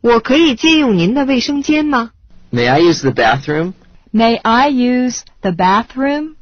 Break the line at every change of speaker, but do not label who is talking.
我可以借用您的卫生间吗？
May I use the bathroom?
May I use the bathroom?